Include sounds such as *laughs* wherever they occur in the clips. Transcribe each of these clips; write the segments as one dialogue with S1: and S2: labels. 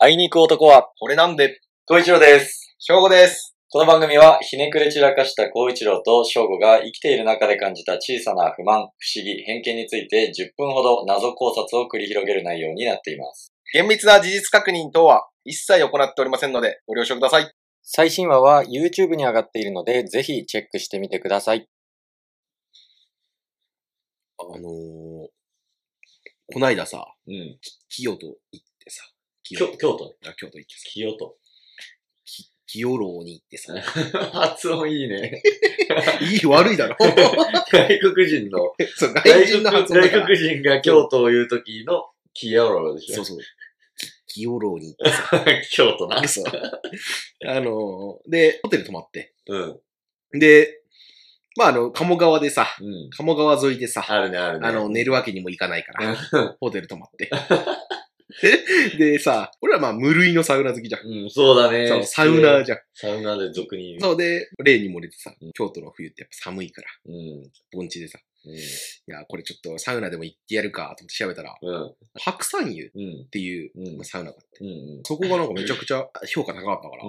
S1: あいに行く男は、
S2: これなんで、
S1: 孝一郎です。
S2: 正午です。
S1: この番組は、ひねくれ散らかした孝一郎と翔吾が生きている中で感じた小さな不満、不思議、偏見について10分ほど謎考察を繰り広げる内容になっています。
S2: 厳密な事実確認等は一切行っておりませんので、ご了承ください。
S1: 最新話は YouTube に上がっているので、ぜひチェックしてみてください。
S3: あのー、こないださ、
S1: うん。
S3: 清と行ってさ、清
S1: 京京都ね。
S3: あ京都行ってさ、
S1: 清と。
S3: き清郎に行ってさ、
S1: *laughs*
S3: *laughs*
S1: 発音いいね。
S3: いい悪
S1: *laughs*
S3: いだろ
S1: 外国人の、
S3: そう外人の発音だから
S1: 人が都を言う時の、清郎で
S3: そうそう。き清郎に行っ
S1: *laughs* 京都
S3: てさ、あのー、で、ホテル泊まって。
S1: うん。
S3: で、まああの、鴨川でさ、
S1: うん。
S3: 鴨川沿いでさ、
S1: あるね、あるね。
S3: あの、寝るわけにもいかないから、
S1: う
S3: ホテル泊まって。 *laughs* ででさ、俺らまあ無類のサウナ好きじゃん。
S1: ん、うんそうだね。
S3: そうサウナーじゃん。
S1: サウナで俗に言う。
S3: そうで、例に漏れてさ、京都の冬ってやっぱ寒いから、
S1: うん。
S3: 盆地でさ、
S1: うん。
S3: いや、これちょっとサウナでも行ってやるかと思って調べたら、
S1: うん。
S3: 白山湯っ
S1: うん。
S3: ていう
S1: うん。
S3: まあサウナがあって、
S1: うん。
S3: そこがなんかめちゃくちゃ評価高かったから、
S1: う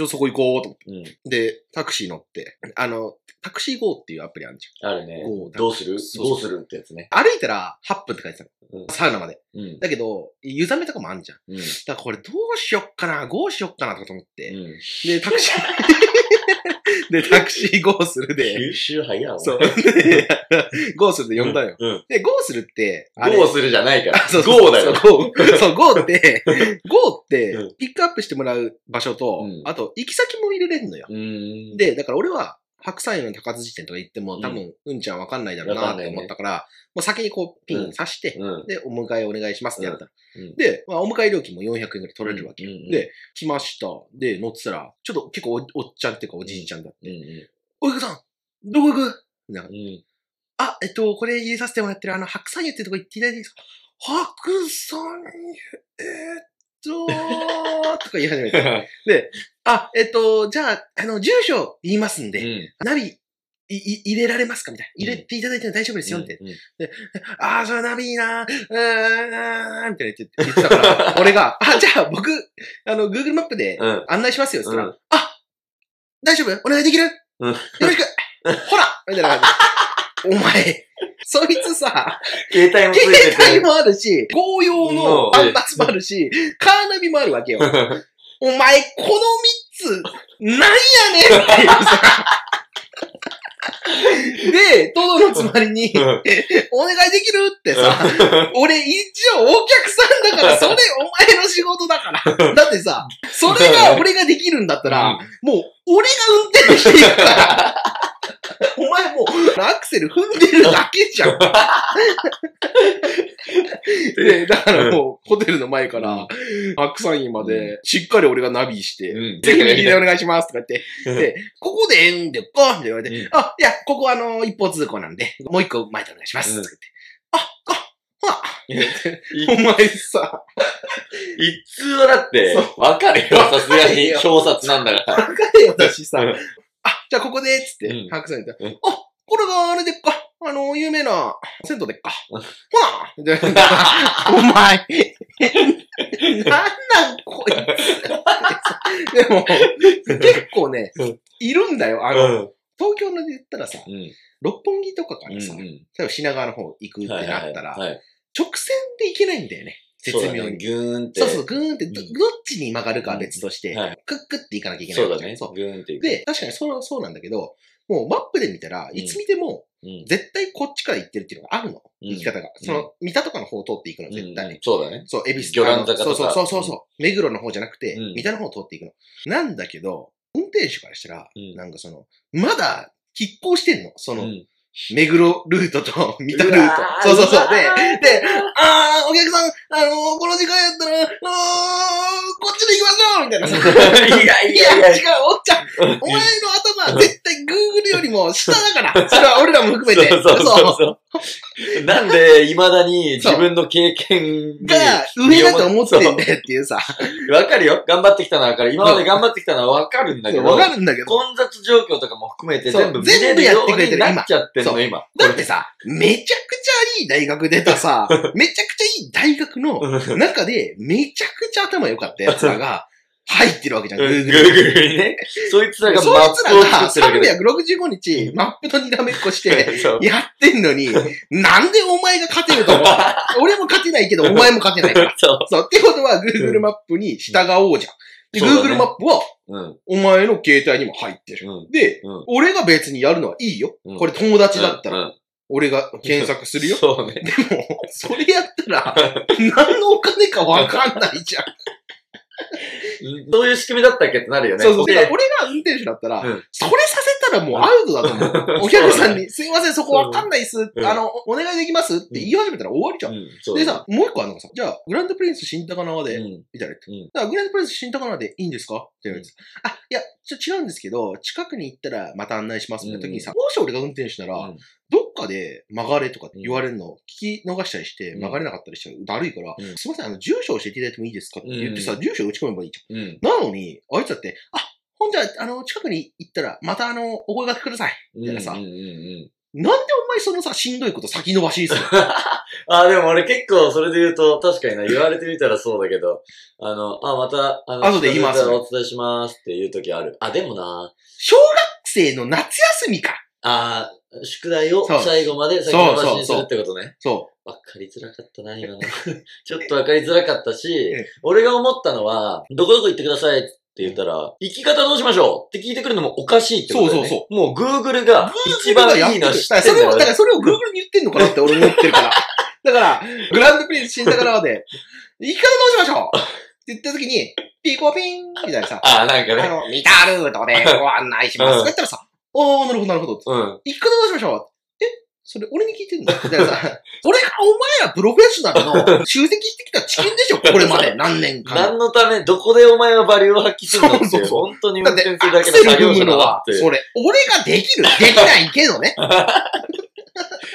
S1: ん。
S3: ょっとそこ行こうと思って。
S1: うん。
S3: で、タクシー乗って、あの、タクシー GO っていうアプリあるじ
S1: あるね
S3: こ。う
S1: どうする
S3: そう
S1: どうするってやつね。
S3: ゃん。歩いたら8分って書いてたの。
S1: うん。
S3: サウナまで。
S1: うん。
S3: だけど、湯冷めとかもあんじゃん。
S1: うん。
S3: だからこれどうしよっかな、GO しよっかなとかと思って、
S1: うん。
S3: で、タクシ
S1: *laughs*
S3: ー、で、タクシー GO するで、
S1: 九州早いわ。
S3: そう。で GO するで呼んだよ。
S1: うん。
S3: で、GO するって、あれ
S1: ゴーするじゃないから。
S3: あ *laughs* そうそう
S1: ゴーだよ。
S3: そう、GO。そう、GO って、GO っ
S1: う
S3: て
S1: ん、
S3: ピックアップしてもらう場所と、
S1: うん
S3: あと、行き先も入れれんのよ。
S1: うん。、
S3: で、だから俺は、白山湯の高津時点とか行っても、多
S1: う
S3: 分、うんちゃんわかんないだろうなって思ったから、もう先にこう、ピン刺して、
S1: うん。
S3: で、お迎えお願いしますってやった
S1: う
S3: ら。
S1: んうん
S3: で、まあ、お迎え料金も400円ぐらい取れるわけ。
S1: うんうん
S3: で、来ました。で、乗ってたら、ちょっと結構おおっちゃんっていうかおじいちゃんだ。
S1: うん。う
S3: おいくさんどこ行くなんか
S1: ん。うん。
S3: あ、えっと、これ入れさせてもらってる、あの、白山湯ってとこ行っていただいていいですか白山湯、えー
S1: *laughs*
S3: っと、とか言い始めて。で、あ、えっと、じゃあ、あの、住所言いますん
S1: う
S3: で、
S1: ん。
S3: ナビ、い、い、入れられますかみたいな。入れていただいても大丈夫ですよ、みたいな。あー、それナビいいなー、うーん、みたいな言って言ってたから、俺が、あ、じゃあ僕、あの、Google マップで
S1: うん。
S3: 案内しますよ、つったら、
S1: うん
S3: あ大丈夫お願いできる、
S1: うん
S3: よろし
S1: *laughs*
S3: くほらみたいな感じ。お前、そいつさ、
S1: 携帯もついてて。
S3: 携帯もあるし、紅葉の
S1: うん
S3: アンバスもあるし、カーナビもあるわけよ。お前、この三つ、なんやねんってい
S1: *laughs*
S3: うさ。で、トドのつまりに、お願いできるってさ、俺一応お客さんだから、それお前の仕事だから。だってさ、それが俺ができるんだったら、もう、俺が運転してるから。お前もう、アクセル踏んでるだけじ
S1: *laughs*
S3: ゃん。で、だからもう、ホテルの前から、白山院まで、しっかり俺がナビして、
S1: うん
S3: ぜひ右でお願いしますとか言
S1: うん
S3: って、で、ここでええんでっかって言われて、
S1: うん
S3: あ、いや、ここあの、一方通行なんで、もう一個前でお願いしますとか言って、あ、あ、ほら、お前さ、
S1: *laughs* 一通はだって、わかるよ。さすがに、表札なんだから。
S3: 彼よだしさ、
S1: うん
S3: あ、じゃあここで、つっ
S1: う
S3: て
S1: ん、
S3: 白山院行ったら、
S1: うん
S3: あ、これがあれでっか、あの、有名な、銭湯でっか、ほら、みたいなお前、なんなん、こいつ。でも、結構ね
S1: うん、
S3: いるんだよ。あの、東京ので言ったらさ、
S1: うん。うん。
S3: 六本木とかからさ、
S1: う
S3: 例
S1: ん。
S3: えば品川の方行くってなったら、
S1: はいはいはい。
S3: 直線で行けないんだよね。絶
S1: そうだ
S3: 妙
S1: ね
S3: に。
S1: ギューンって。
S3: そうそう、ぐーんってど、
S1: うん
S3: どっちに曲がるかは別として、
S1: うんはい
S3: クックって行かなきゃいけない
S1: そう
S3: わけ
S1: だ
S3: じゃん
S1: ね。
S3: そ
S1: ギューンっていうう。
S3: で、確かにそう、そうなんだけど、もうマップで見たら、いつ見ても、
S1: うん、
S3: 絶対こっちから行ってるっていうのがある
S1: う
S3: の。
S1: ん
S3: 行き方が。その、三田とかの方を通っていくの、絶対
S1: うん
S3: に。
S1: そうだね。
S3: そう、恵比寿
S1: 魚卵坂
S3: あの
S1: とか
S3: そうそうそうそう。目黒の方じゃなくて、
S1: うん
S3: 三田の方を通っていくの。なんだけど、運転手からしたら、
S1: うん
S3: なんかその、まだ、拮抗してんの。その、
S1: うん
S3: 目黒ルー
S1: *laughs*
S3: トと三田ル
S1: う
S3: ー
S1: わー
S3: ト。そうそうそう。
S1: うわ
S3: で、で、あー、お客さん、あのー、この時間やったら、あー、こっちで *laughs* 行きましょうみたいなさ。
S1: いやいやいや
S3: 違う、おっちゃん、お前の頭は絶対 Google るよりも下だ
S1: *laughs*
S3: から。それは俺らも含めて。
S1: そうそうそうそう。なんで、未だに自分の経験に
S3: が上だと思ってんだよっていうさ。
S1: わかるよ。頑張ってきたのはわかる。今まで頑張ってきたのはわかるんだけど、
S3: わかるんだけど。
S1: 混雑状況とかも含めて
S3: そう
S1: 全部見れるよ
S3: 全部やってく
S1: う
S3: れ
S1: に
S3: てる今
S1: なっちゃってんの、今。
S3: だってさ、めちゃくちゃいい大学出たさ、めちゃくちゃいい大学の中で、めちゃくちゃ頭良かったやつらが入ってるわけじゃん、
S1: グー
S3: Google
S1: グルにね。そいつらがマ
S3: そい
S1: ッ
S3: つ
S1: プ
S3: ら
S1: を作
S3: が
S1: ってるわけだよ
S3: 365日、マップとにらめっこし
S1: *laughs*
S3: て、
S1: そう
S3: やってん
S1: *laughs*
S3: のに、なんでお前が勝てると思う俺も勝てないけど、お前も勝てないから。
S1: *laughs* そう。
S3: そう。ってことは、Google マップに従おうじゃん。で、
S1: そうだね
S3: Google マップは、
S1: うん。
S3: お前の携帯にも入ってる。
S1: うん。
S3: で、
S1: うん
S3: 俺が別にやるのはいいよ。
S1: うん
S3: これ友達だったら、
S1: ら。
S3: 俺が検索するよ。
S1: そう *laughs* ね。
S3: *laughs* でも、それやったら、何のお金かわかんない
S1: *laughs*
S3: じゃん。
S1: どういう仕組みだったっけってなるよね。
S3: そうそう。だ
S1: で
S3: から俺が運転手だった
S1: う
S3: ら、
S1: ん
S3: それさせたらもうアウトだと思 *laughs* う。お客さんに、すいません、そこわかんないっす。
S1: うん
S3: あの、おお願いできますって言い始めたら終わりじゃん。
S1: うんそう
S3: でさ、もう一個あるのがさ、じゃあ、グランドプリンス新高輪
S1: う
S3: で、
S1: ん。
S3: みたい
S1: う
S3: な
S1: ん。
S3: だから、グランドプリンス新高輪でいいんですかって言われて、あ、いや、ちょ、違うんですけど、近くに行ったらまた案内しますみたいな時にさ、もし俺が運転手なら、
S1: うん
S3: どっかで曲がれとかって言われるのを聞き逃したりして、
S1: うん
S3: 曲がれなかったりしたらだるいから、
S1: うん
S3: すいません、あの、住所教えていただいてもいいですかって言ってさ、
S1: う
S3: 住所打ち込めばいいじ
S1: うん。
S3: ゃん。なのに、あいつだって、あ、ほんじゃ、あの、近くに行ったら、またあの、お声掛けください。たいなさ
S1: うんうんうん
S3: なんでお前そのさ、しんどいこと先延ばしにす
S1: *laughs*
S3: る
S1: あー、でも俺結構それで言うと、確かにな、言われてみたらそうだけど、 *laughs* あの、あ、また、あの、
S3: 後で言います
S1: お伝えしますっていう時ある。あ、でもな、
S3: 小学生の夏休みか。
S1: あー宿題を
S3: そう
S1: 最後まで先延ばしにするってことね。
S3: そ
S1: わかりづらかったな、
S3: *laughs*
S1: 今の。ちょっとわかりづらかったし
S3: うん、
S1: 俺が思ったのは、どこどこ行ってくださいって言ったら、行き方どうしましょうって聞いてくるのもおかしいってことだよね。
S3: そうそう
S1: そう。もう Google が
S3: う。
S1: 一番いいの知ってんだよ
S3: だからそれを、だ
S1: 俺
S3: からそれを Google に言ってんのかなって俺思ってるから。 *laughs* だから、グランドプリンス新高輪で、行き方どうしましょうって言った時に、ピコピンみたいなさ、
S1: あー、なんか
S3: あ
S1: ね。
S3: の、見たルートでご案内します。
S1: う
S3: っ
S1: ん
S3: て言ったらさ、おー、なるほど、なるほど。
S1: うん。
S3: 行き方どうしましょうえそれ俺に聞いてんのみたいなさ、俺がお前らプロフェッショナルの集積してきた知見でしょこれまで何年間。
S1: 何のため、どこでお前はバリューを発揮するのっていう。
S3: そうそうそ
S1: 本当に運
S3: だっ
S1: 転す
S3: て、
S1: るだ
S3: ア
S1: け
S3: ク
S1: の
S3: セル
S1: 作業
S3: 踏
S1: 者
S3: む
S1: だ
S3: の
S1: な
S3: は
S1: っ、て。
S3: それ、俺ができる、できないけどね。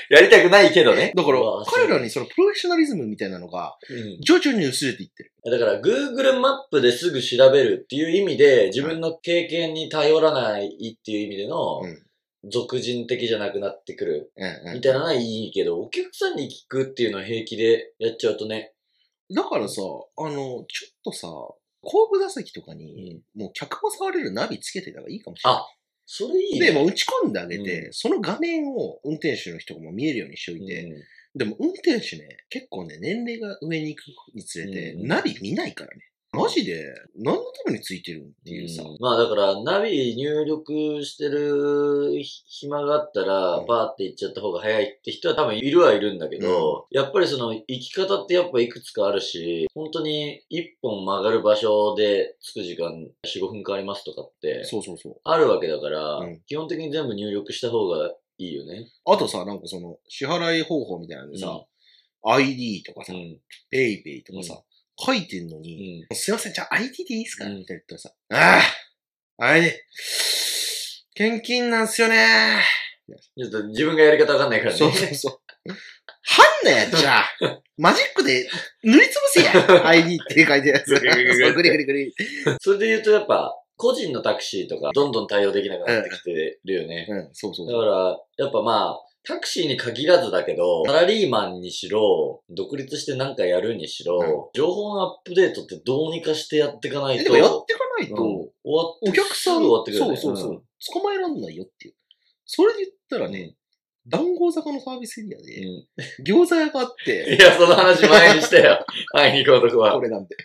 S1: やりたくないけどね。
S3: だから
S1: うわ、
S3: 彼らにそのプロフェッショナリズムみたいなのが、
S1: うん
S3: 徐々に薄れていってる。
S1: だから、Google マップですぐ調べるっていう意味で、自分の経験に頼らないっていう意味での
S3: うん、
S1: 俗人的じゃなくなってくる。
S3: うん
S1: みたいなのはいいけど、お客さんに聞くっていうのは平気でやっちゃうとね。
S3: だからさ、あの、ちょっとさ、後部座席とかに、もう客が触れるナビつけてた方がいいかもしれない。
S1: それいいね。
S3: で、もう打ち込んであげて、
S1: う
S3: その画面を運転手の人も見えるようにしておいて、でも運転手ね、結構ね、年齢が上に行くにつれて、
S1: うん
S3: ナビ見ないからね。マジで、何のためについてるんっていうさ。
S1: うんまあだから、ナビ入力してる暇があったら
S3: うん、
S1: バーって行っちゃった方が早いって人は多分いるはいるんだけど、やっぱりその、行き方ってやっぱいくつかあるし、本当に一本曲がる場所で着く時間4、5分かかりますとかって、
S3: そうそうそう。
S1: あるわけだから、
S3: うん
S1: 基本的に全部入力した方がいいよね。
S3: あとさ、なんかその、支払い方法みたいなんでさ、ID とかさ、
S1: ん。
S3: ペイペイとかさ、書いてんのに、
S1: うん。
S3: すいません、じゃあ ID でいいですか、
S1: うん
S3: みたいな言ったらさ、ああ !ID! 現金なんすよね
S1: ちょっと自分がやり方わかんないからね。
S3: そうそうそう。はんなや、
S1: *laughs*
S3: じゃあマジックで塗りつぶせや !ID って書いてるやつ。
S1: ぐりぐりぐり
S3: そうぐりぐりぐり。
S1: *laughs* それで言うとやっぱ、個人のタクシーとか、どんどん対応できなくなってきてるよね。
S3: うん、そうそう
S1: だ
S3: そう。
S1: から、やっぱまあ、タクシーに限らずだけど、サラリーマンにしろ、独立してなんかやるにしろ、情報のアップデートってどうにかしてやっていかないと。
S3: えでもやっていかない
S1: うん
S3: と、
S1: 終わっ
S3: お客さん、
S1: すぐ終わってくるよ
S3: そう
S1: ね
S3: そうそう、
S1: うん
S3: 捕まえらんないよっていう。それで言ったらね、
S1: ね。
S3: 談合坂のサービスエリア
S1: う
S3: で、
S1: ん。
S3: 餃子屋があって、
S1: いや、その話前にしたよ。会いに行こうとこは *laughs*
S3: こ。れなんで。